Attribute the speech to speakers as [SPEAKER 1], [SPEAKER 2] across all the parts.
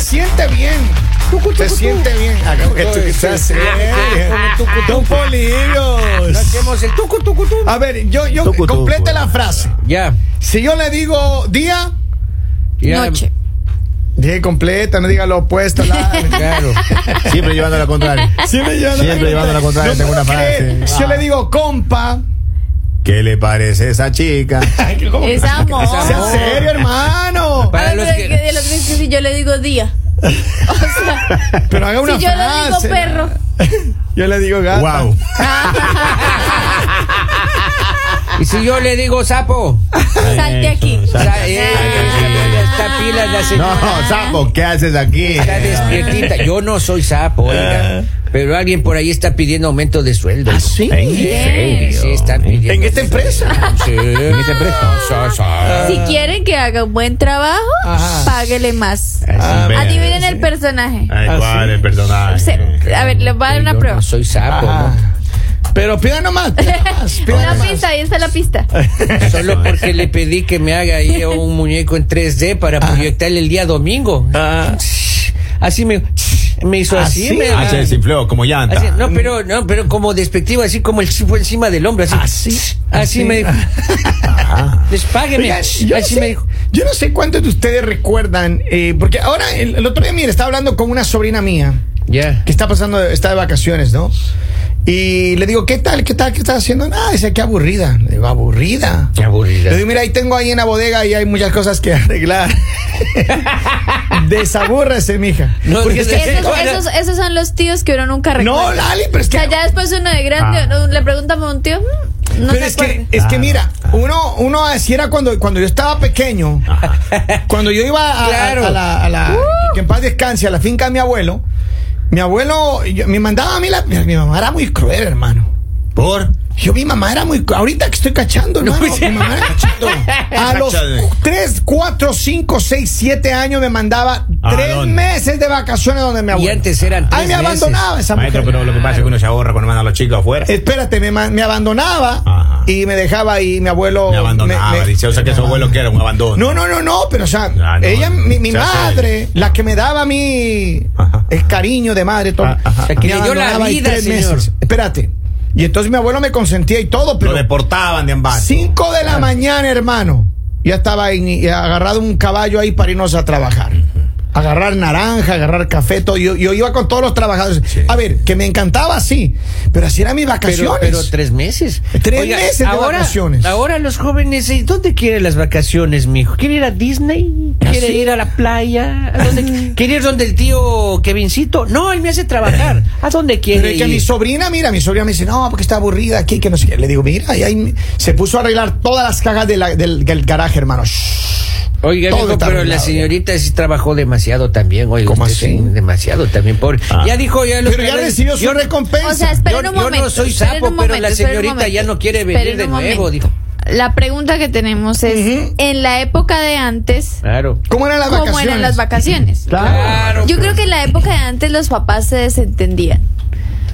[SPEAKER 1] siente bien. Se siente bien. Acá porque tú que estás, eh, Don Polibios.
[SPEAKER 2] Hacemos el tucu, tucu, tucu.
[SPEAKER 1] A ver, yo, yo
[SPEAKER 3] Tucu, tucu.
[SPEAKER 1] complete la frase.
[SPEAKER 2] Ya.
[SPEAKER 1] Si yo le digo día,
[SPEAKER 2] ya,
[SPEAKER 4] Noche.
[SPEAKER 1] dije completa, no diga lo opuesto. La...
[SPEAKER 2] Claro.
[SPEAKER 3] Siempre llevando la contraria.
[SPEAKER 1] Siempre
[SPEAKER 3] Siempre llevando la contraria, tengo una frase.
[SPEAKER 1] Si yo le digo compa,
[SPEAKER 3] ¿Qué le parece esa chica?
[SPEAKER 4] Es amor.
[SPEAKER 2] Es
[SPEAKER 1] sea
[SPEAKER 2] amor.
[SPEAKER 1] serio, hermano.
[SPEAKER 2] Para los que.
[SPEAKER 4] que... de los que dicen, si yo le digo día. O sea,
[SPEAKER 1] Pero haga una
[SPEAKER 4] si yo le digo
[SPEAKER 1] frase.
[SPEAKER 4] perro.
[SPEAKER 1] Yo le digo gato.
[SPEAKER 3] wow.
[SPEAKER 2] Y si yo le digo sapo.
[SPEAKER 4] Salte aquí.
[SPEAKER 2] Sa- eh,
[SPEAKER 3] Ah.
[SPEAKER 2] Está pila la
[SPEAKER 3] No,
[SPEAKER 2] señora.
[SPEAKER 3] sapo, ¿qué haces aquí?
[SPEAKER 2] Está despiertita. Yo no soy sapo,
[SPEAKER 1] Ah.
[SPEAKER 2] oiga. Pero alguien por ahí está pidiendo aumento de sueldo.
[SPEAKER 1] ¿Ah, Sí.
[SPEAKER 2] Sí, sí, están pidiendo.
[SPEAKER 1] ¿En esta empresa?
[SPEAKER 2] Sí. ¿En esta empresa?
[SPEAKER 4] Si quieren que haga un buen trabajo,
[SPEAKER 1] Ajá.
[SPEAKER 4] páguele más.
[SPEAKER 3] Ah, ve.
[SPEAKER 4] Adivinen el personaje.
[SPEAKER 3] Ay, cuál el personaje.
[SPEAKER 4] Se- a ver, les voy a dar una
[SPEAKER 2] Yo
[SPEAKER 4] prueba.
[SPEAKER 2] no soy sapo,
[SPEAKER 1] Ajá. Pero pidan nomás, pidan más, pidan
[SPEAKER 4] Una
[SPEAKER 1] más.
[SPEAKER 4] pista, ahí está la pista.
[SPEAKER 2] ¿no? Solo porque le pedí que me haga ahí un muñeco en 3D para proyectarle el día domingo.
[SPEAKER 1] Ah,
[SPEAKER 2] Así me, me hizo así.
[SPEAKER 1] Así,
[SPEAKER 2] me-
[SPEAKER 3] Ah, se desinfló como llanta.
[SPEAKER 2] así,
[SPEAKER 1] Ah.
[SPEAKER 2] no, pero, no, pero como despectivo, así como el chifo encima del hombro. Así,
[SPEAKER 1] Así, así.
[SPEAKER 2] así me dijo. Despágueme.
[SPEAKER 1] oigan, Ah. yo, no
[SPEAKER 2] así me
[SPEAKER 1] sé,
[SPEAKER 2] dijo.
[SPEAKER 1] yo no sé cuántos de ustedes recuerdan, eh, porque ahora, el, el otro día, mire, estaba hablando con una sobrina mía
[SPEAKER 2] Ya.
[SPEAKER 1] que está pasando, está de vacaciones, ¿no? Y le digo, ¿qué tal? ¿Qué tal? ¿Qué estás haciendo? Ah, dice, qué aburrida. Le digo, aburrida.
[SPEAKER 2] Qué aburrida.
[SPEAKER 1] Le digo, mira, ahí tengo ahí en la bodega y hay muchas cosas que arreglar. Desabúrrese, mija.
[SPEAKER 2] No,
[SPEAKER 1] Porque es que-
[SPEAKER 2] sí,
[SPEAKER 4] Esos,
[SPEAKER 2] ahora-
[SPEAKER 4] esos, esos son los tíos que uno nunca
[SPEAKER 1] no,
[SPEAKER 4] recuerda.
[SPEAKER 1] Lali, pero es
[SPEAKER 4] O
[SPEAKER 1] que.
[SPEAKER 4] sea, ya después uno de grande,
[SPEAKER 3] Ah.
[SPEAKER 4] uno le preguntamos a un tío, mm, no
[SPEAKER 1] pero
[SPEAKER 4] se
[SPEAKER 1] es que,
[SPEAKER 4] acuerda.
[SPEAKER 1] es que mira, uno, uno así era cuando, cuando yo estaba pequeño,
[SPEAKER 3] Ah.
[SPEAKER 1] cuando yo iba a, a-
[SPEAKER 2] Claro. Uh.
[SPEAKER 1] a la, a la- que en paz descanse, a la finca de mi abuelo, mi abuelo yo- me mandaba a mí la, mi mamá era muy cruel, hermano.
[SPEAKER 3] Por.
[SPEAKER 1] Yo, mi mamá era muy. Ahorita que estoy cachando, hermano.
[SPEAKER 2] pues,
[SPEAKER 1] mi mamá era cachando. A los
[SPEAKER 3] Cáchale.
[SPEAKER 1] 3, 4, 5, 6, 7 años me mandaba
[SPEAKER 3] ¿A
[SPEAKER 1] 3
[SPEAKER 3] dónde?
[SPEAKER 1] meses de vacaciones donde me
[SPEAKER 2] Y
[SPEAKER 1] abuelo.
[SPEAKER 2] antes eran
[SPEAKER 1] Ahí me
[SPEAKER 2] tres meses.
[SPEAKER 1] abandonaba esa
[SPEAKER 3] Maestro,
[SPEAKER 1] mujer.
[SPEAKER 3] pero lo que pasa es que uno se ahorra cuando manda a los chicos afuera.
[SPEAKER 1] Espérate, me, ma- me abandonaba
[SPEAKER 3] Ajá.
[SPEAKER 1] y me dejaba ahí. Mi abuelo.
[SPEAKER 3] Me abandonaba.
[SPEAKER 1] me- me-
[SPEAKER 3] dice, o sea que su abuelo que era un abandono.
[SPEAKER 1] No, no, no, no, pero o sea,
[SPEAKER 3] Ah, no.
[SPEAKER 1] ella, mi, mi
[SPEAKER 3] O sea,
[SPEAKER 1] madre, la que me daba a mí
[SPEAKER 3] Ajá.
[SPEAKER 1] el cariño de madre, todo.
[SPEAKER 3] Ah, ajá.
[SPEAKER 2] O sea, que
[SPEAKER 1] me
[SPEAKER 2] le dio la
[SPEAKER 1] abandonaba ahí
[SPEAKER 2] vida,
[SPEAKER 1] tres
[SPEAKER 2] señor.
[SPEAKER 1] meses. Espérate. Y entonces mi abuelo me consentía y todo,
[SPEAKER 3] Lo
[SPEAKER 1] pero.
[SPEAKER 3] deportaban de ambas.
[SPEAKER 1] 5
[SPEAKER 3] Ah.
[SPEAKER 1] de la mañana, hermano. Ya estaba ahí, ni- agarrado un caballo ahí para irnos a trabajar. Agarrar naranja, agarrar café, todo. Yo, yo iba con todos los trabajadores. A ver, que me encantaba, sí. Pero así eran mis
[SPEAKER 2] Pero,
[SPEAKER 1] vacaciones.
[SPEAKER 2] pero tres meses.
[SPEAKER 1] Tres meses de
[SPEAKER 2] ahora,
[SPEAKER 1] vacaciones.
[SPEAKER 2] Ahora los jóvenes, ¿y ¿dónde quieren las vacaciones, mijo? ¿Quiere ir a Disney? ¿Quiere
[SPEAKER 1] ¿Ah, sí?
[SPEAKER 2] ir a la playa? ¿A dónde- ¿Quiere ir donde el tío Kevincito? No, él me hace trabajar. ¿A dónde
[SPEAKER 1] Pero
[SPEAKER 2] quiere
[SPEAKER 1] es que mi
[SPEAKER 2] ir?
[SPEAKER 1] sobrina, mira, mi sobrina me dice, no, porque está aburrida aquí, que no sé qué. Le digo, mira, y ahí se puso a arreglar todas las cajas de la- del, del garaje, hermano. Shh.
[SPEAKER 2] Oiga,
[SPEAKER 1] Todo
[SPEAKER 2] mijo,
[SPEAKER 1] está
[SPEAKER 2] pero la
[SPEAKER 1] arreglado.
[SPEAKER 2] señorita sí trabajó demasiado también. Oiga,
[SPEAKER 1] ¿Cómo
[SPEAKER 2] usted
[SPEAKER 1] así?
[SPEAKER 2] sí, demasiado también, pobre.
[SPEAKER 3] Ah.
[SPEAKER 2] Ya dijo, ya los
[SPEAKER 1] Pero ya
[SPEAKER 2] canales-
[SPEAKER 1] recibió su
[SPEAKER 2] yo-
[SPEAKER 1] recompensa.
[SPEAKER 4] O sea,
[SPEAKER 2] Yo-
[SPEAKER 4] esperen un
[SPEAKER 2] yo no
[SPEAKER 4] momento.
[SPEAKER 2] soy
[SPEAKER 4] esperen
[SPEAKER 2] sapo,
[SPEAKER 4] un
[SPEAKER 2] pero la
[SPEAKER 4] esperen un
[SPEAKER 2] señorita
[SPEAKER 4] momento,
[SPEAKER 2] ya no quiere venir
[SPEAKER 4] esperen
[SPEAKER 2] de
[SPEAKER 4] un
[SPEAKER 2] nuevo,
[SPEAKER 4] momento. La pregunta que tenemos es,
[SPEAKER 1] Ujú.
[SPEAKER 4] en la época de antes,
[SPEAKER 2] Claro.
[SPEAKER 1] ¿Cómo eran las
[SPEAKER 4] ¿cómo
[SPEAKER 1] vacaciones?
[SPEAKER 4] eran las vacaciones?
[SPEAKER 2] Claro.
[SPEAKER 4] Yo creo que en la época de antes los papás se desentendían.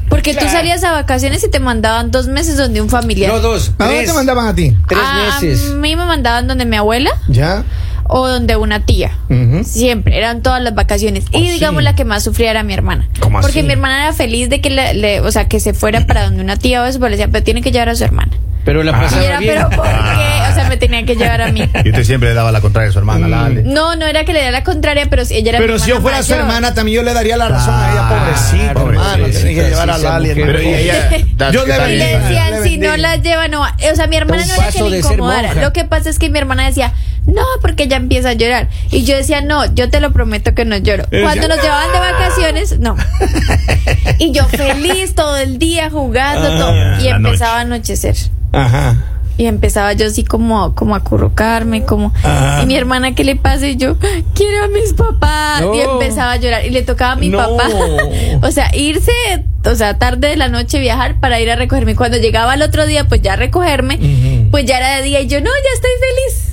[SPEAKER 4] Porque tú salías a vacaciones y te mandaban dos meses donde un familiar.
[SPEAKER 2] No, dos.
[SPEAKER 1] ¿A dónde
[SPEAKER 2] tres.
[SPEAKER 1] te mandaban a ti?
[SPEAKER 2] Tres
[SPEAKER 4] a
[SPEAKER 2] meses.
[SPEAKER 4] mí me mandaban donde mi abuela
[SPEAKER 1] ¿Ya?
[SPEAKER 4] o donde una tía.
[SPEAKER 1] Ujú. Oh,
[SPEAKER 4] Siempre, eran todas las vacaciones. y digamos la que más sufría era mi hermana.
[SPEAKER 1] ¿Cómo
[SPEAKER 4] porque
[SPEAKER 1] así?
[SPEAKER 4] mi hermana era feliz de que le, le- o sea, que se fuera para donde una tía o eso, pero le decía, pero tiene que llevar a su hermana.
[SPEAKER 2] Pero
[SPEAKER 3] Ah.
[SPEAKER 2] la
[SPEAKER 4] Y
[SPEAKER 2] pasaba
[SPEAKER 4] era,
[SPEAKER 2] bien.
[SPEAKER 4] pero ¿por qué? O sea, me tenía que llevar a mí.
[SPEAKER 3] Y usted siempre le daba la contraria a su hermana, la Ale.
[SPEAKER 4] No, no era que le diera la contraria, pero si ella era
[SPEAKER 1] Pero
[SPEAKER 4] mi
[SPEAKER 1] si yo
[SPEAKER 4] hermana
[SPEAKER 1] fuera su
[SPEAKER 4] mayor.
[SPEAKER 1] hermana, también yo le daría la razón a ella,
[SPEAKER 3] Claro,
[SPEAKER 1] pobrecita, hermano.
[SPEAKER 3] pobrecita,
[SPEAKER 1] Tiene que llevar a
[SPEAKER 2] sí, esa
[SPEAKER 1] Lali.
[SPEAKER 2] mujer.
[SPEAKER 1] hermano.
[SPEAKER 3] Pero y ella.
[SPEAKER 1] Yo le
[SPEAKER 4] Y le
[SPEAKER 1] Bien,
[SPEAKER 4] decían,
[SPEAKER 1] le
[SPEAKER 4] si no
[SPEAKER 1] bendiga.
[SPEAKER 4] la lleva, no va". O sea, mi hermana
[SPEAKER 2] Un
[SPEAKER 4] no era que
[SPEAKER 2] paso
[SPEAKER 4] le
[SPEAKER 2] de ser
[SPEAKER 4] incomodara.
[SPEAKER 2] monja.
[SPEAKER 4] Lo que pasa es que mi hermana decía, no, porque ya empieza a llorar. Y yo decía, no, yo te lo prometo que no lloro.
[SPEAKER 1] Ella-
[SPEAKER 4] Cuando nos llevaban de vacaciones, no. Y yo feliz todo el día jugando,
[SPEAKER 1] Ah,
[SPEAKER 4] todo. Y
[SPEAKER 3] la
[SPEAKER 4] empezaba a anochecer.
[SPEAKER 1] Ajá.
[SPEAKER 4] Y empezaba yo así como, como a currucarme, como...
[SPEAKER 1] Ah.
[SPEAKER 4] Y mi hermana, ¿qué le pasa? Y yo, quiero a mis papás.
[SPEAKER 2] No.
[SPEAKER 4] Y empezaba a llorar. Y le tocaba a mi
[SPEAKER 1] No.
[SPEAKER 4] papá. o sea, irse, o sea, tarde de la noche viajar para ir a recogerme. Y Cuando llegaba el otro día, pues ya a recogerme, pues ya era de día. Y yo, no, ya estoy feliz.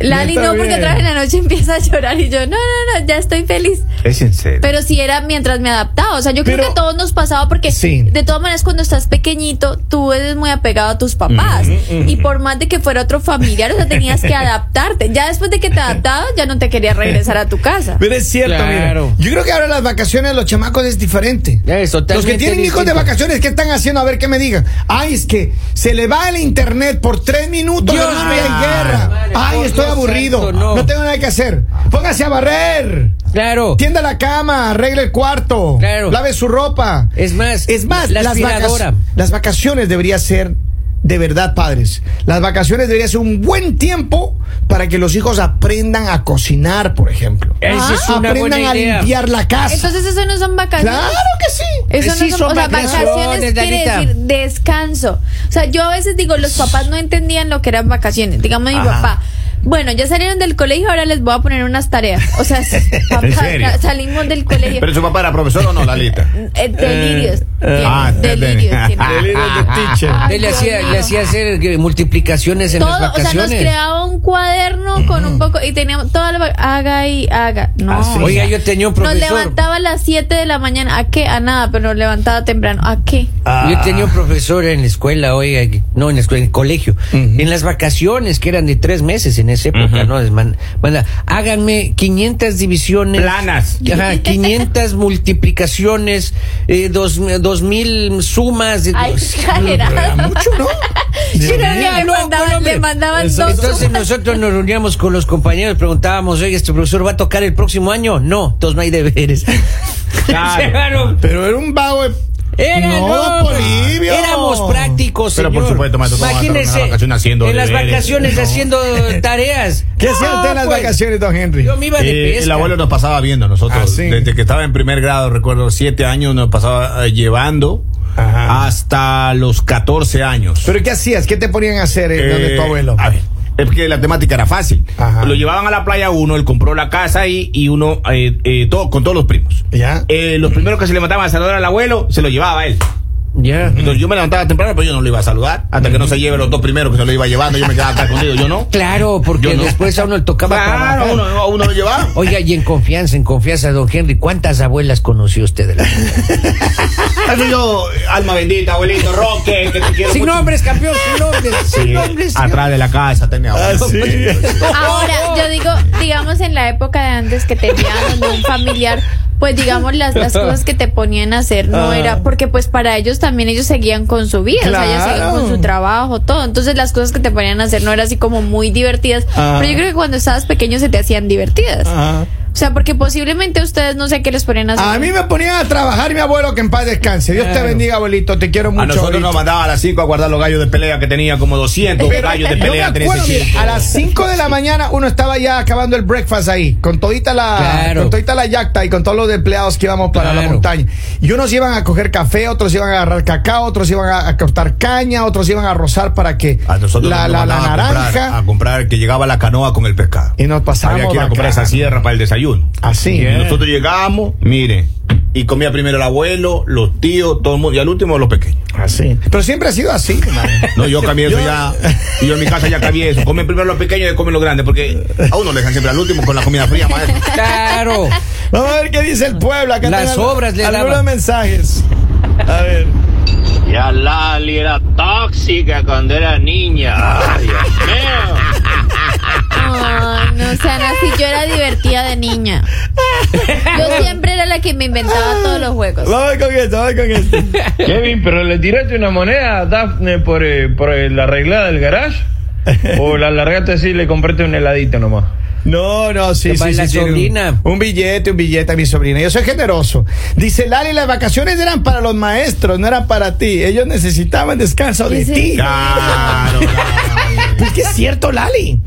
[SPEAKER 4] Lali
[SPEAKER 1] Está
[SPEAKER 4] no, porque
[SPEAKER 1] bien.
[SPEAKER 4] otra vez en la noche empieza a llorar y yo, no, no, no, ya estoy feliz.
[SPEAKER 3] Es sincero.
[SPEAKER 4] Pero si era mientras me adaptaba. O sea, yo creo
[SPEAKER 1] Pero-
[SPEAKER 4] que a todos nos pasaba porque
[SPEAKER 1] Sí.
[SPEAKER 4] de todas maneras cuando estás pequeñito, tú eres muy apegado a tus papás. Y por más de que fuera otro familiar, o sea, tenías que adaptarte. Ya después de que te adaptabas, ya no te querías regresar a tu casa.
[SPEAKER 1] Pero es cierto,
[SPEAKER 2] Claro.
[SPEAKER 1] mira. Yo creo que ahora las vacaciones de los chamacos es diferente.
[SPEAKER 2] Ya es
[SPEAKER 1] Los
[SPEAKER 2] totalmente
[SPEAKER 1] que tienen hijos de
[SPEAKER 2] distinto.
[SPEAKER 1] vacaciones, ¿qué están haciendo? A ver qué me digan. Ay, es que se le va el internet por tres minutos.
[SPEAKER 2] Dios
[SPEAKER 1] hermano, y hay
[SPEAKER 2] mío.
[SPEAKER 1] guerra.
[SPEAKER 2] Madre,
[SPEAKER 1] Ay,
[SPEAKER 2] por
[SPEAKER 1] estoy
[SPEAKER 2] Dios
[SPEAKER 1] aburrido.
[SPEAKER 2] santo,
[SPEAKER 1] no.
[SPEAKER 2] no.
[SPEAKER 1] tengo nada que hacer. Póngase a barrer.
[SPEAKER 2] Claro.
[SPEAKER 1] Tienda la cama, arregle el cuarto.
[SPEAKER 2] Claro.
[SPEAKER 1] Lave su ropa.
[SPEAKER 2] Es más,
[SPEAKER 1] Es más,
[SPEAKER 2] la
[SPEAKER 1] las, vaca-
[SPEAKER 2] aspiradora.
[SPEAKER 1] las vacaciones debería ser de verdad, padres. Las vacaciones debería ser un buen tiempo para que los hijos aprendan a cocinar, por ejemplo. Ah,
[SPEAKER 2] Esa es una buena
[SPEAKER 1] aprendan a
[SPEAKER 2] idea.
[SPEAKER 1] limpiar la casa.
[SPEAKER 4] Entonces eso no son vacaciones.
[SPEAKER 1] ah, claro que sí.
[SPEAKER 4] Eso
[SPEAKER 2] Sí,
[SPEAKER 4] no son,
[SPEAKER 2] son
[SPEAKER 4] o sea,
[SPEAKER 2] vacaciones,
[SPEAKER 4] vacaciones quiere
[SPEAKER 2] Danita.
[SPEAKER 4] decir descanso. O sea, yo a veces digo, los papás no entendían lo que eran vacaciones. Digamos mi
[SPEAKER 3] Ajá.
[SPEAKER 4] papá. Bueno, ya salieron del colegio, ahora les voy a poner unas tareas. O sea, papá,
[SPEAKER 3] serio?
[SPEAKER 4] ya salimos del colegio.
[SPEAKER 3] Pero su papá era profesor o no, Lalita.
[SPEAKER 4] Eh, delirios. tiene,
[SPEAKER 3] ah,
[SPEAKER 4] delirios.
[SPEAKER 3] delirios.
[SPEAKER 4] tiene. Ay,
[SPEAKER 2] Él le
[SPEAKER 4] Dios
[SPEAKER 2] hacía,
[SPEAKER 4] mío.
[SPEAKER 2] le hacía hacer eh, multiplicaciones en las
[SPEAKER 4] Todo, o sea,
[SPEAKER 2] vacaciones.
[SPEAKER 4] nos creaba un cuaderno con un poco y teníamos toda la va- haga y haga.
[SPEAKER 3] Ah,
[SPEAKER 4] No.
[SPEAKER 2] Así. Oiga, yo Ah, tenía un profesor.
[SPEAKER 4] Nos levantaba a las 7 de la mañana. ¿A qué? A nada, pero nos levantaba temprano. ¿A qué?
[SPEAKER 3] ah.
[SPEAKER 2] Yo tenía un profesor en la escuela, oiga, que- no en la escuela, en el colegio, en las vacaciones que eran de tres meses en esa época,
[SPEAKER 3] Ujú.
[SPEAKER 2] ¿no? Es man- manda, háganme 500 divisiones.
[SPEAKER 3] Planas.
[SPEAKER 2] Ajá, 500 multiplicaciones, eh, dos, dos mil sumas. de-
[SPEAKER 4] Ay, exagerado.
[SPEAKER 1] Mucho, ¿no?
[SPEAKER 4] Yo creo
[SPEAKER 2] Era
[SPEAKER 4] que le
[SPEAKER 2] loco,
[SPEAKER 4] mandaban,
[SPEAKER 2] hombre.
[SPEAKER 4] le mandaban dos.
[SPEAKER 2] Entonces nosotros nos reuníamos con los compañeros, preguntábamos, oye, ¿este profesor va a tocar el próximo año? No, entonces no hay deberes.
[SPEAKER 3] Claro.
[SPEAKER 2] Llegaron.
[SPEAKER 1] Pero era un vago de...
[SPEAKER 2] Era,
[SPEAKER 1] No,
[SPEAKER 2] no, pues,
[SPEAKER 1] Polibio.
[SPEAKER 2] Éramos prácticos,
[SPEAKER 3] Pero, por
[SPEAKER 2] señor.
[SPEAKER 3] supuesto, maestro, ¿cómo va a
[SPEAKER 2] Imagínese,
[SPEAKER 3] estar en las vacaciones haciendo
[SPEAKER 2] en las
[SPEAKER 3] deberes?
[SPEAKER 2] vacaciones
[SPEAKER 3] No.
[SPEAKER 2] haciendo tareas.
[SPEAKER 1] ¿Qué hacía
[SPEAKER 2] No,
[SPEAKER 1] usted en las
[SPEAKER 2] pues,
[SPEAKER 1] vacaciones, don Henry?
[SPEAKER 2] Yo me iba de
[SPEAKER 3] Eh,
[SPEAKER 2] pesca.
[SPEAKER 3] el abuelo nos pasaba viendo a nosotros.
[SPEAKER 1] Ah, sí.
[SPEAKER 3] Desde que estaba en primer grado, recuerdo, siete años nos pasaba eh, llevando
[SPEAKER 1] Ajá.
[SPEAKER 3] hasta los 14 años.
[SPEAKER 1] ¿Pero qué hacías? ¿Qué te ponían a hacer eh, donde
[SPEAKER 3] Eh,
[SPEAKER 1] tu abuelo?
[SPEAKER 3] a ver, es que la temática era fácil.
[SPEAKER 1] Ajá.
[SPEAKER 3] Lo llevaban a la playa uno, él compró la casa ahí y uno, eh, eh, todo, con todos los primos.
[SPEAKER 1] ¿Ya?
[SPEAKER 3] Eh, los primeros que se levantaban a saludar al abuelo, se lo llevaba a él.
[SPEAKER 2] Ya.
[SPEAKER 3] Entonces yo me levantaba temprano, pero yo no lo iba a saludar. Hasta que no se lleve los dos primeros que se lo iba llevando, yo me quedaba acá contigo, yo no.
[SPEAKER 2] Claro, porque
[SPEAKER 3] Yo no.
[SPEAKER 2] después a uno le tocaba
[SPEAKER 3] Claro,
[SPEAKER 2] trabajar.
[SPEAKER 3] a uno, a uno lo llevaba.
[SPEAKER 2] Oiga, y en confianza, en confianza, don Henry, ¿cuántas abuelas conoció usted? De la...
[SPEAKER 3] Así yo, alma bendita, abuelito, Roque, que te quiero
[SPEAKER 2] sin
[SPEAKER 3] mucho.
[SPEAKER 2] nombres, campeón, sin nombres.
[SPEAKER 3] Sí,
[SPEAKER 2] Sin nombres.
[SPEAKER 3] atrás de la casa tenía abuelo.
[SPEAKER 4] Ahora, yo digo, digamos en la época de antes que teníamos de un familiar, pues digamos las, las cosas que te ponían a hacer no
[SPEAKER 1] Ah.
[SPEAKER 4] era, porque pues para ellos también ellos seguían con su vida, o sea, ellos seguían
[SPEAKER 1] Claro.
[SPEAKER 4] con su trabajo, todo. Entonces las cosas que te ponían a hacer no eran así como muy divertidas,
[SPEAKER 1] Ah.
[SPEAKER 4] pero yo creo que cuando estabas pequeño se te hacían divertidas.
[SPEAKER 1] Ajá.
[SPEAKER 4] O sea, porque posiblemente ustedes no sé qué les ponían a hacer.
[SPEAKER 1] A mí me ponían a trabajar mi abuelo que en paz descanse. Dios te
[SPEAKER 2] Claro.
[SPEAKER 1] bendiga, abuelito. Te quiero mucho.
[SPEAKER 3] A nosotros
[SPEAKER 1] abuelito.
[SPEAKER 3] nos mandaba a las 5 a guardar los gallos de pelea que tenía como 200
[SPEAKER 1] Pero
[SPEAKER 3] gallos de
[SPEAKER 1] yo me
[SPEAKER 3] pelea tenía ese
[SPEAKER 1] acuerdo, mira,
[SPEAKER 3] chico.
[SPEAKER 1] a las 5 de la mañana uno estaba ya acabando el breakfast ahí, con todita la
[SPEAKER 2] Claro.
[SPEAKER 1] con todita la yacta y con todos los empleados que íbamos para la
[SPEAKER 2] Claro.
[SPEAKER 1] montaña. Y unos iban a coger café, otros iban a agarrar cacao, otros iban a, a cortar caña, otros iban a rozar para que
[SPEAKER 3] A nosotros
[SPEAKER 1] la,
[SPEAKER 3] nos
[SPEAKER 1] la- la
[SPEAKER 3] mandaban a
[SPEAKER 1] naranja
[SPEAKER 3] comprar, a comprar que llegaba la canoa con el pescado.
[SPEAKER 1] y nos pasábamos
[SPEAKER 3] Había que ir a
[SPEAKER 1] bacán.
[SPEAKER 3] comprar esa sierra para el desayuno.
[SPEAKER 1] Así.
[SPEAKER 3] Y nosotros llegamos, mire, y comía primero el abuelo, los tíos, todo el mundo, y al último los pequeños.
[SPEAKER 1] Así. Pero siempre ha sido así. hermano.
[SPEAKER 3] No, yo cambié eso ya. Y yo en mi casa ya cambié eso. Comen primero los pequeños y comen los grandes, porque a uno le dejan siempre al último con la comida fría, maestro.
[SPEAKER 2] Claro.
[SPEAKER 1] Vamos a ver qué dice el pueblo acá.
[SPEAKER 2] Las
[SPEAKER 1] tengo
[SPEAKER 2] obras le
[SPEAKER 1] algunos
[SPEAKER 2] daban.
[SPEAKER 1] mensajes. A ver.
[SPEAKER 5] Ya Lali era tóxica cuando era niña. Ay, Dios mío.
[SPEAKER 4] Ay, no sean así, yo era divertida de niña. Yo siempre era la que me inventaba todos los juegos.
[SPEAKER 1] Vamos con esto, vamos con esto.
[SPEAKER 6] Kevin, pero le tiraste una moneda a Daphne por, eh, por eh, la arreglada del garage. O la largaste así y le compraste un heladito nomás.
[SPEAKER 1] No, no, sí,
[SPEAKER 2] Que
[SPEAKER 1] sí,
[SPEAKER 2] para
[SPEAKER 1] sí,
[SPEAKER 2] la
[SPEAKER 1] tiene un-
[SPEAKER 2] sobrina.
[SPEAKER 1] Un, billete, un billete a mi sobrina. Yo soy generoso. Dice Lali, las vacaciones eran para los maestros, no eran para ti. Ellos necesitaban descanso de
[SPEAKER 4] Ese-
[SPEAKER 1] ti.
[SPEAKER 3] Claro, claro.
[SPEAKER 1] Pues que es cierto, Lali.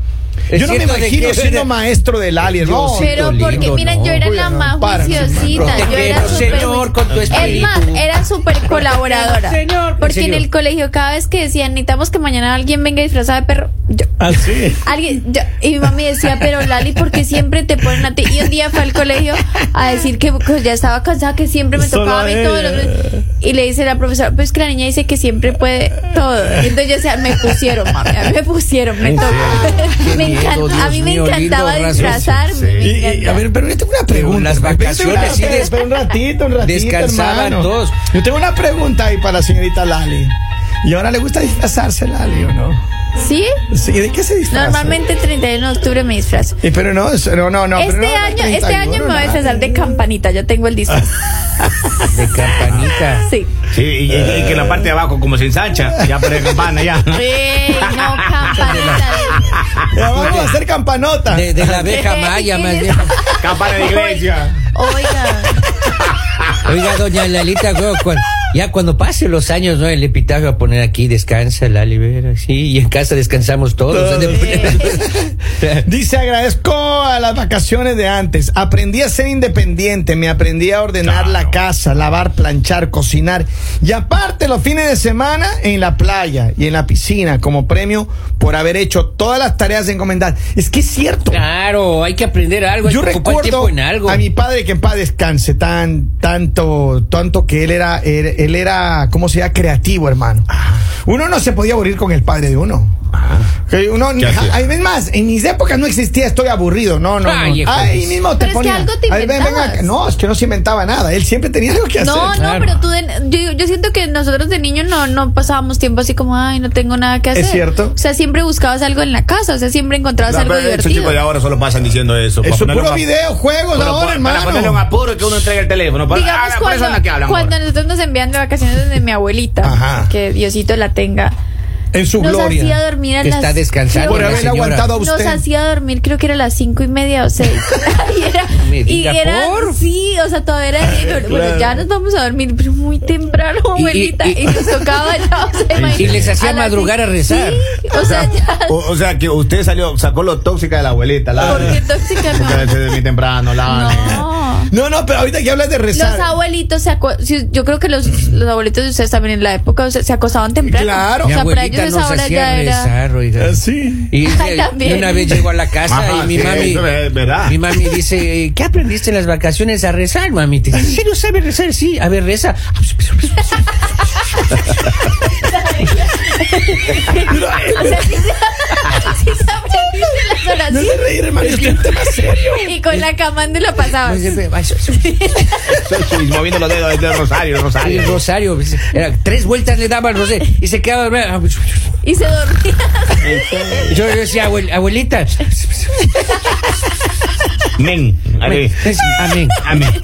[SPEAKER 2] Es
[SPEAKER 1] Yo no me
[SPEAKER 2] cierto de
[SPEAKER 1] imagino
[SPEAKER 2] que-
[SPEAKER 1] siendo maestro de Lali, hermano.
[SPEAKER 2] sí.
[SPEAKER 4] Pero
[SPEAKER 2] lindo,
[SPEAKER 4] porque, mira,
[SPEAKER 2] no.
[SPEAKER 4] yo era
[SPEAKER 1] Uy,
[SPEAKER 4] la
[SPEAKER 1] no,
[SPEAKER 4] más
[SPEAKER 1] para,
[SPEAKER 4] juiciosita.
[SPEAKER 1] hermano.
[SPEAKER 4] Yo
[SPEAKER 2] Te
[SPEAKER 4] era
[SPEAKER 2] quiero,
[SPEAKER 4] súper
[SPEAKER 2] señor, con tu
[SPEAKER 4] Es más,
[SPEAKER 2] espíritu.
[SPEAKER 4] era súper colaboradora.
[SPEAKER 2] Señor,
[SPEAKER 4] Porque
[SPEAKER 2] señor.
[SPEAKER 4] en el colegio, cada vez que decían, necesitamos que mañana alguien venga disfrazado de perro, yo.
[SPEAKER 1] Así.
[SPEAKER 4] Alguien, yo- y mi mami decía, pero Lali, ¿por qué siempre te ponen a ti? Y un día fue al colegio a decir que pues, ya estaba cansada, que siempre me
[SPEAKER 1] Solo
[SPEAKER 4] tocaba a mí
[SPEAKER 1] a
[SPEAKER 4] todos
[SPEAKER 1] ella.
[SPEAKER 4] los meses. Y le dice la profesora, pues que la niña dice que siempre puede todo. Y entonces yo decía, me pusieron, mami, a mí me pusieron, me tocó.
[SPEAKER 2] Qué
[SPEAKER 4] Me
[SPEAKER 2] miedo,
[SPEAKER 4] encan-
[SPEAKER 2] Dios
[SPEAKER 4] a mí me
[SPEAKER 2] mío,
[SPEAKER 4] encantaba
[SPEAKER 2] lindo brazo.
[SPEAKER 4] disfrazarme.
[SPEAKER 3] Sí.
[SPEAKER 4] me
[SPEAKER 1] Y- y- a
[SPEAKER 4] encantaba.
[SPEAKER 1] ver, pero yo tengo una pregunta.
[SPEAKER 2] las vacaciones, sí,
[SPEAKER 1] Espera, espera un ratito, un ratito.
[SPEAKER 2] descansaban
[SPEAKER 1] hermano.
[SPEAKER 2] todos.
[SPEAKER 1] Yo tengo una pregunta ahí para la señorita Lali. ¿Y ahora le gusta disfrazarse, Lali, o no?
[SPEAKER 4] ¿Sí?
[SPEAKER 1] Sí, ¿De qué se disfraza?
[SPEAKER 4] Normalmente 31 de octubre me disfrazo.
[SPEAKER 1] Y pero no, eso- no, no, no. pero
[SPEAKER 4] este
[SPEAKER 1] no, no,
[SPEAKER 4] año,
[SPEAKER 1] 31,
[SPEAKER 4] este año me voy a
[SPEAKER 1] nada.
[SPEAKER 4] disfrazar de campanita, ya tengo el disfraz.
[SPEAKER 2] De Ah, campanita.
[SPEAKER 4] Sí.
[SPEAKER 3] Sí, y, y- y que la parte de abajo como se ensancha, ya para campana, ya.
[SPEAKER 4] Ey, no, campanita.
[SPEAKER 1] Ya Vamos a hacer campanota.
[SPEAKER 2] De, de la abeja maya, más bien.
[SPEAKER 3] Campana de iglesia.
[SPEAKER 4] Oiga.
[SPEAKER 2] Oiga, doña Lalita, güey, cu- ya cuando pase los años, ¿no? El epitafio va a poner aquí, descansa, Lali, vera, sí, y en casa descansamos todos.
[SPEAKER 1] Todos.
[SPEAKER 2] De-
[SPEAKER 1] Dice, agradezco a las vacaciones de antes. Aprendí a ser independiente, me aprendí a ordenar la casa, lavar, planchar, cocinar. Y aparte los fines de semana en la playa y en la piscina como premio por haber hecho todas las tareas encomendadas. Es que es cierto.
[SPEAKER 2] Claro, hay que aprender algo, hay
[SPEAKER 1] Yo
[SPEAKER 2] que ocupar
[SPEAKER 1] recuerdo
[SPEAKER 2] tiempo en algo.
[SPEAKER 1] a mi padre que en paz descanse tan tanto tanto que él era él, él era cómo se llama creativo hermano.
[SPEAKER 2] Ah.
[SPEAKER 1] Uno no se podía aburrir con el padre de uno. Que uno ni-
[SPEAKER 3] hacía?
[SPEAKER 1] ay, es más, en mis épocas no existía estoy aburrido. No, no, no.
[SPEAKER 2] Ay, hijo.
[SPEAKER 1] Ahí mismo te
[SPEAKER 4] Pero es que
[SPEAKER 1] ponía.
[SPEAKER 4] algo te
[SPEAKER 1] "Ay, ven, ven
[SPEAKER 4] inventabas".
[SPEAKER 1] acá". no, es que no se inventaba nada. Él siempre tenía algo que
[SPEAKER 4] No,
[SPEAKER 1] hacer.
[SPEAKER 4] no, pero tú, de- yo, yo siento que nosotros de niños no, no pasábamos tiempo así como, ay, no tengo nada que
[SPEAKER 1] Es
[SPEAKER 4] hacer.
[SPEAKER 1] cierto.
[SPEAKER 4] O sea, siempre buscabas algo en la casa, o sea, siempre encontrabas
[SPEAKER 3] No,
[SPEAKER 4] algo
[SPEAKER 3] pero Esos
[SPEAKER 4] divertido.
[SPEAKER 3] chicos de ahora solo pasan diciendo eso. para
[SPEAKER 1] Eso
[SPEAKER 3] ponerle
[SPEAKER 1] puro
[SPEAKER 3] un ap-
[SPEAKER 1] videojuegos
[SPEAKER 3] para-
[SPEAKER 1] ahora,
[SPEAKER 3] para
[SPEAKER 1] hermano.
[SPEAKER 3] ponerle un apuro que uno entregue el teléfono. Para,
[SPEAKER 4] Digamos
[SPEAKER 3] ah, por eso
[SPEAKER 4] cuando,
[SPEAKER 3] anda que hablan
[SPEAKER 4] cuando
[SPEAKER 3] ahora.
[SPEAKER 4] nosotros nos envían de vacaciones desde mi abuelita,
[SPEAKER 1] Ajá.
[SPEAKER 4] que Diosito la tenga,
[SPEAKER 1] en su
[SPEAKER 4] nos
[SPEAKER 1] gloria.
[SPEAKER 4] hacía dormir a
[SPEAKER 2] Que
[SPEAKER 4] las...
[SPEAKER 2] está descansando
[SPEAKER 4] creo-
[SPEAKER 1] por
[SPEAKER 2] la
[SPEAKER 1] haberle
[SPEAKER 2] señora.
[SPEAKER 1] aguantado a
[SPEAKER 4] nos
[SPEAKER 1] usted.
[SPEAKER 4] hacía dormir creo que era las cinco y media o seis y era,
[SPEAKER 2] Me
[SPEAKER 4] y
[SPEAKER 2] diga,
[SPEAKER 4] era-
[SPEAKER 2] por.
[SPEAKER 4] sí o sea todavía era bueno,
[SPEAKER 1] Claro.
[SPEAKER 4] ya nos vamos a dormir pero muy temprano
[SPEAKER 2] Y- y-
[SPEAKER 4] abuelita y,
[SPEAKER 2] y-
[SPEAKER 4] nos tocaba ya o sea,
[SPEAKER 2] Y les
[SPEAKER 4] imagínate,
[SPEAKER 2] hacía
[SPEAKER 4] a las
[SPEAKER 2] madrugar
[SPEAKER 4] cinco-
[SPEAKER 2] a rezar.
[SPEAKER 4] sí, o sea ya
[SPEAKER 3] O, o sea, que usted salió, sacó lo tóxica de la abuelita. La
[SPEAKER 4] porque tóxica
[SPEAKER 3] Porque
[SPEAKER 4] no
[SPEAKER 3] se dormía temprano, la
[SPEAKER 2] Ah,
[SPEAKER 4] no
[SPEAKER 1] No, no, pero ahorita que hablas de rezar.
[SPEAKER 4] los abuelitos se acu- sí, yo creo que los, los abuelitos de ustedes también en la época o sea, se acostaban temprano
[SPEAKER 1] Claro.
[SPEAKER 4] o
[SPEAKER 2] Mi
[SPEAKER 4] sea para
[SPEAKER 2] abuelita
[SPEAKER 4] ellos esa
[SPEAKER 2] nos
[SPEAKER 4] hora ya
[SPEAKER 2] hacía
[SPEAKER 4] era
[SPEAKER 2] rezar, oiga.
[SPEAKER 1] Ah, Sí.
[SPEAKER 2] Y,
[SPEAKER 4] Ay, también.
[SPEAKER 2] y una vez llegó a la casa
[SPEAKER 3] Ajá,
[SPEAKER 2] y mi
[SPEAKER 3] sí,
[SPEAKER 2] mami,
[SPEAKER 3] eso es verdad.
[SPEAKER 2] mi mami dice, eh, ¿qué aprendiste en las vacaciones a rezar, mami? Te dice, ¿En serio sabes rezar? Sí, a ver, reza. Ah, pues,
[SPEAKER 4] o sea sí se- sí se aprendiste las
[SPEAKER 1] No
[SPEAKER 4] oraciones
[SPEAKER 1] se reír, hermano. esto es un tema serio.
[SPEAKER 4] y con la camándula pasabas
[SPEAKER 2] pues,
[SPEAKER 3] Y moviendo los dedos desde el Rosario, el
[SPEAKER 2] Ay,
[SPEAKER 3] Rosario.
[SPEAKER 2] el rosario, dice, era, tres vueltas le daba al rosario y se quedaba ah, pues, dormida.
[SPEAKER 4] y se dormía
[SPEAKER 2] pues. Yo yo decía, "Abuel- abuelita, pues,
[SPEAKER 3] Men. ahí.
[SPEAKER 2] es- pues, amén.
[SPEAKER 3] Amén.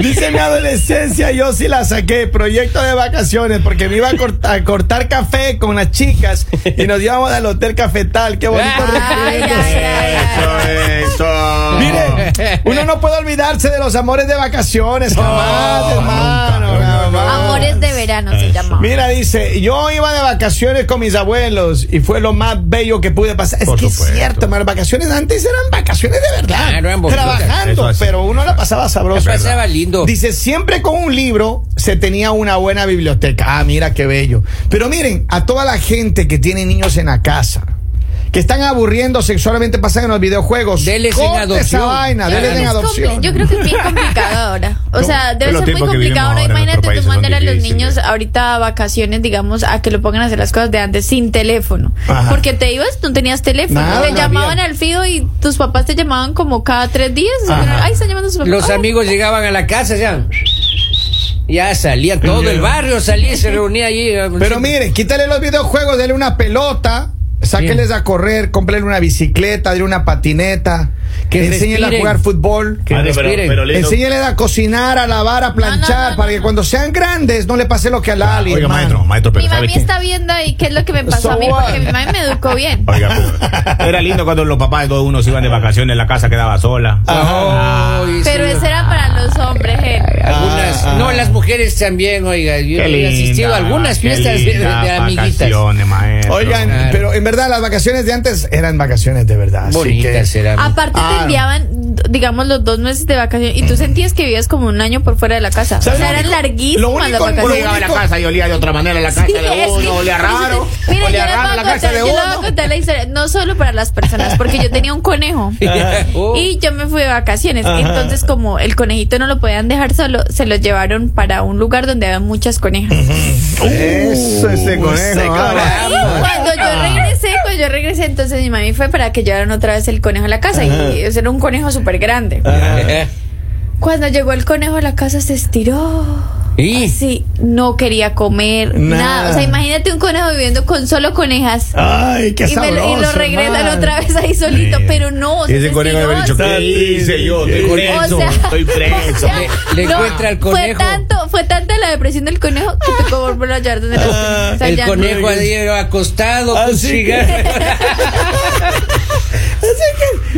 [SPEAKER 1] Dice mi adolescencia, yo sí la saqué, proyecto de vacaciones, porque me iba a, cort- a cortar café con las chicas y nos íbamos al hotel cafetal, qué bonito.
[SPEAKER 4] Ay,
[SPEAKER 1] recuerdo.
[SPEAKER 4] ay, ay, ay.
[SPEAKER 3] Eso, eso.
[SPEAKER 1] Mire, uno no puede olvidarse de los amores de vacaciones, jamás,
[SPEAKER 3] No,
[SPEAKER 1] hermano.
[SPEAKER 3] nunca, no, no, no.
[SPEAKER 1] jamás.
[SPEAKER 4] Amores de verano se llamaba.
[SPEAKER 1] Mira, dice, yo iba de vacaciones con mis abuelos y fue lo más bello que pude pasar.
[SPEAKER 3] Por
[SPEAKER 1] es que
[SPEAKER 3] supuesto. Ah,
[SPEAKER 1] es cierto, hermano, vacaciones antes eran vacaciones de verdad.
[SPEAKER 2] Claro, eran bonitas.
[SPEAKER 1] trabajando,
[SPEAKER 3] Eso así.
[SPEAKER 1] pero uno la pasaba
[SPEAKER 2] La
[SPEAKER 1] sabroso.
[SPEAKER 2] pasaba lindo.
[SPEAKER 1] Dice, siempre con un libro se tenía una buena biblioteca. Ah, mira qué bello. Pero miren, a toda la gente que tiene niños en la casa, que están aburriendo sexualmente, pasan en los videojuegos.
[SPEAKER 2] Deles en
[SPEAKER 1] corta
[SPEAKER 2] adopción.
[SPEAKER 1] esa vaina,
[SPEAKER 2] Ya,
[SPEAKER 1] deles
[SPEAKER 2] no.
[SPEAKER 1] en
[SPEAKER 4] Es compli-
[SPEAKER 1] adopción.
[SPEAKER 4] Yo creo que es bien complicado ahora. O
[SPEAKER 3] No,
[SPEAKER 4] sea, debe
[SPEAKER 3] pero los tiempos
[SPEAKER 4] ser muy
[SPEAKER 3] que vivimos
[SPEAKER 4] complicado ahora.
[SPEAKER 3] ahora en nuestro
[SPEAKER 4] Imagínate
[SPEAKER 3] país
[SPEAKER 4] tú
[SPEAKER 3] son
[SPEAKER 4] mandar a los
[SPEAKER 3] difíciles.
[SPEAKER 4] niños ahorita a vacaciones, digamos, a que lo pongan a hacer las cosas de antes sin teléfono.
[SPEAKER 1] Ajá.
[SPEAKER 4] Porque te ibas, no tenías teléfono.
[SPEAKER 1] Nada,
[SPEAKER 4] te
[SPEAKER 1] no
[SPEAKER 4] llamaban
[SPEAKER 1] había.
[SPEAKER 4] al fijo y tus papás te llamaban como cada tres días.
[SPEAKER 1] Ajá.
[SPEAKER 4] Ay, están llamando sus papás.
[SPEAKER 2] Los
[SPEAKER 4] Ay,
[SPEAKER 2] amigos llegaban a la casa, ya. Ya salía todo el barrio, salía y se reunía ah, pues, allí.
[SPEAKER 1] Pero miren, quítale los videojuegos, dele una pelota, sáquenles a correr, cómprenle una bicicleta, dele una patineta,
[SPEAKER 2] Que
[SPEAKER 1] que enséñenle a
[SPEAKER 2] respiren.
[SPEAKER 1] jugar fútbol.
[SPEAKER 2] Que
[SPEAKER 3] Ah, no,
[SPEAKER 2] respiren.
[SPEAKER 3] lindo.
[SPEAKER 1] Enséñenle a cocinar, a lavar, a planchar,
[SPEAKER 4] no,
[SPEAKER 1] para
[SPEAKER 4] no,
[SPEAKER 1] que
[SPEAKER 4] no.
[SPEAKER 1] cuando sean grandes no le pase lo que a Lali.
[SPEAKER 3] Oiga,
[SPEAKER 1] hermano.
[SPEAKER 3] maestro, maestro, pero
[SPEAKER 4] Mi
[SPEAKER 3] ¿sabe
[SPEAKER 4] mami
[SPEAKER 3] qué?
[SPEAKER 4] está viendo ahí qué es lo que me pasó
[SPEAKER 1] So
[SPEAKER 4] a mí, porque
[SPEAKER 1] what?
[SPEAKER 4] mi mami me educó bien.
[SPEAKER 3] Oiga, pues, era lindo cuando los papás de todos
[SPEAKER 2] Ah,
[SPEAKER 3] unos iban de vacaciones, la casa quedaba sola.
[SPEAKER 1] Ajá.
[SPEAKER 2] Ay,
[SPEAKER 4] Pero
[SPEAKER 2] sí.
[SPEAKER 4] eso era para los hombres, gente.
[SPEAKER 2] algunas,
[SPEAKER 1] Ah, ah.
[SPEAKER 2] no, las mujeres también, oiga, yo he asistido a algunas fiestas de, de- de amiguitas.
[SPEAKER 1] Oigan,
[SPEAKER 2] Claro.
[SPEAKER 1] pero en verdad las vacaciones de antes eran vacaciones de verdad. así
[SPEAKER 2] Bonitas ¿eh?
[SPEAKER 1] que-
[SPEAKER 2] eran.
[SPEAKER 4] Aparte
[SPEAKER 1] Ah, no.
[SPEAKER 4] te enviaban, digamos, los dos meses de vacaciones y tú sentías que vivías como un año por fuera de la casa. O sea,
[SPEAKER 1] ¿Sabes lo
[SPEAKER 4] eran
[SPEAKER 1] único- lo único
[SPEAKER 4] larguísimas las
[SPEAKER 1] en
[SPEAKER 3] Uno
[SPEAKER 4] vacaciones.
[SPEAKER 3] llegaba a la casa y olía de otra manera la casa
[SPEAKER 4] Sí,
[SPEAKER 3] de
[SPEAKER 4] es
[SPEAKER 3] uno,
[SPEAKER 4] que-
[SPEAKER 3] olía raro.
[SPEAKER 4] Mira, yo
[SPEAKER 3] olía
[SPEAKER 4] les
[SPEAKER 3] raro
[SPEAKER 4] voy
[SPEAKER 3] la
[SPEAKER 4] a
[SPEAKER 3] casa
[SPEAKER 4] contar,
[SPEAKER 3] de
[SPEAKER 4] yo les voy a
[SPEAKER 3] uno.
[SPEAKER 4] contar la historia, no solo para las personas, porque yo tenía un conejo.
[SPEAKER 2] Oh.
[SPEAKER 4] Y yo me fui de vacaciones.
[SPEAKER 1] Ajá.
[SPEAKER 4] Entonces, como el conejito no lo podían dejar solo, se lo llevaron para un lugar donde había muchas conejas.
[SPEAKER 1] Eso, ese conejo. ah.
[SPEAKER 4] Y cuando yo regresé, cuando yo regresé, entonces mi mami fue para que llevaran otra vez el conejo a la casa. Y ese era un conejo súper grande. Cuando llegó el conejo a la casa, se estiró.
[SPEAKER 2] Y-
[SPEAKER 4] Sí, no quería comer
[SPEAKER 1] Nah.
[SPEAKER 4] nada. O sea, imagínate un conejo viviendo con solo conejas.
[SPEAKER 2] Ah.
[SPEAKER 1] Ay, qué
[SPEAKER 4] Y, me- y
[SPEAKER 1] sabroso.
[SPEAKER 4] lo regresan
[SPEAKER 1] man.
[SPEAKER 4] otra vez ahí solito, pero no. o sea, se estiró, se
[SPEAKER 1] "¿Qué hice yo? Estoy
[SPEAKER 2] O
[SPEAKER 4] preso, sea- estoy
[SPEAKER 3] preso.
[SPEAKER 4] sea,
[SPEAKER 2] Le- le encuentra al
[SPEAKER 4] Fue
[SPEAKER 2] conejo.
[SPEAKER 4] tanto, fue tanta la depresión del conejo que tocó volverlo a llevar donde lo tenía. O sea,
[SPEAKER 2] Ah, el
[SPEAKER 4] ya no-
[SPEAKER 2] conejo ahí acostado con
[SPEAKER 1] Así
[SPEAKER 2] cigarro.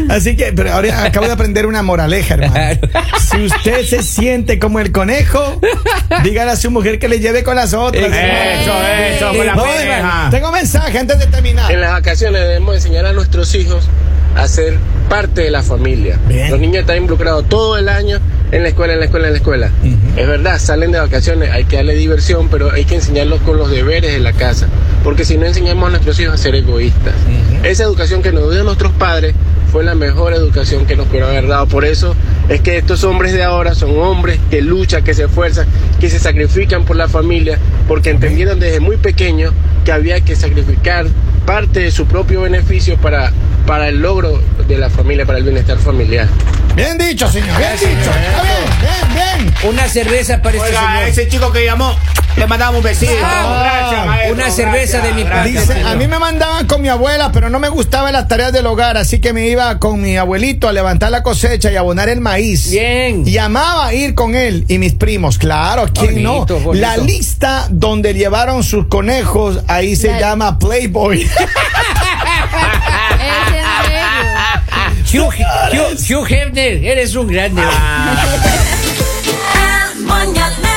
[SPEAKER 1] Así que, pero ahora acabo de aprender una moraleja, hermano. Si usted se siente como el conejo, dígale a su mujer que le lleve con las otras.
[SPEAKER 3] Eso, eso, con la
[SPEAKER 1] Oigan,
[SPEAKER 3] pareja.
[SPEAKER 1] Tengo mensaje antes de terminar.
[SPEAKER 7] En las vacaciones debemos enseñar a nuestros hijos a ser parte de la familia.
[SPEAKER 1] Bien.
[SPEAKER 7] Los niños están involucrados todo el año en la escuela, en la escuela, en la escuela. Es verdad, salen de vacaciones, hay que darle diversión, pero hay que enseñarlos con los deberes de la casa. Porque si no enseñamos a nuestros hijos a ser egoístas. Esa educación que nos dieron nuestros padres fue la mejor educación que nos pudieron haber dado. Por eso es que estos hombres de ahora son hombres que luchan, que se esfuerzan, que se sacrifican por la familia, porque entendieron desde muy pequeños que había que sacrificar parte de su propio beneficio para, para el logro de la familia, para el bienestar familiar.
[SPEAKER 1] Bien dicho, señor. Bien dicho. Está Bien, bien, bien.
[SPEAKER 2] Una cerveza para este
[SPEAKER 3] Oiga,
[SPEAKER 2] señor.
[SPEAKER 3] ese chico que llamó, le mandamos un besito.
[SPEAKER 2] Ah,
[SPEAKER 3] gracias, maestro.
[SPEAKER 2] una cerveza
[SPEAKER 3] gracias,
[SPEAKER 2] de mi
[SPEAKER 3] gracias.
[SPEAKER 2] parte.
[SPEAKER 1] Dice, a mí me mandaban con mi abuela, pero no me gustaban las tareas del hogar, así que me iba con mi abuelito a levantar la cosecha y abonar el maíz.
[SPEAKER 2] Bien.
[SPEAKER 1] Y amaba ir con él y mis primos, claro, ¿quién
[SPEAKER 2] Bonito,
[SPEAKER 1] no?
[SPEAKER 2] bonito.
[SPEAKER 1] La lista donde llevaron sus conejos, ahí se
[SPEAKER 4] La-
[SPEAKER 1] llama Playboy.
[SPEAKER 4] Es en serio.
[SPEAKER 2] Hugh,
[SPEAKER 3] Ah,
[SPEAKER 2] Hugh, Hugh Hefner, eres un grande.
[SPEAKER 8] El mañanero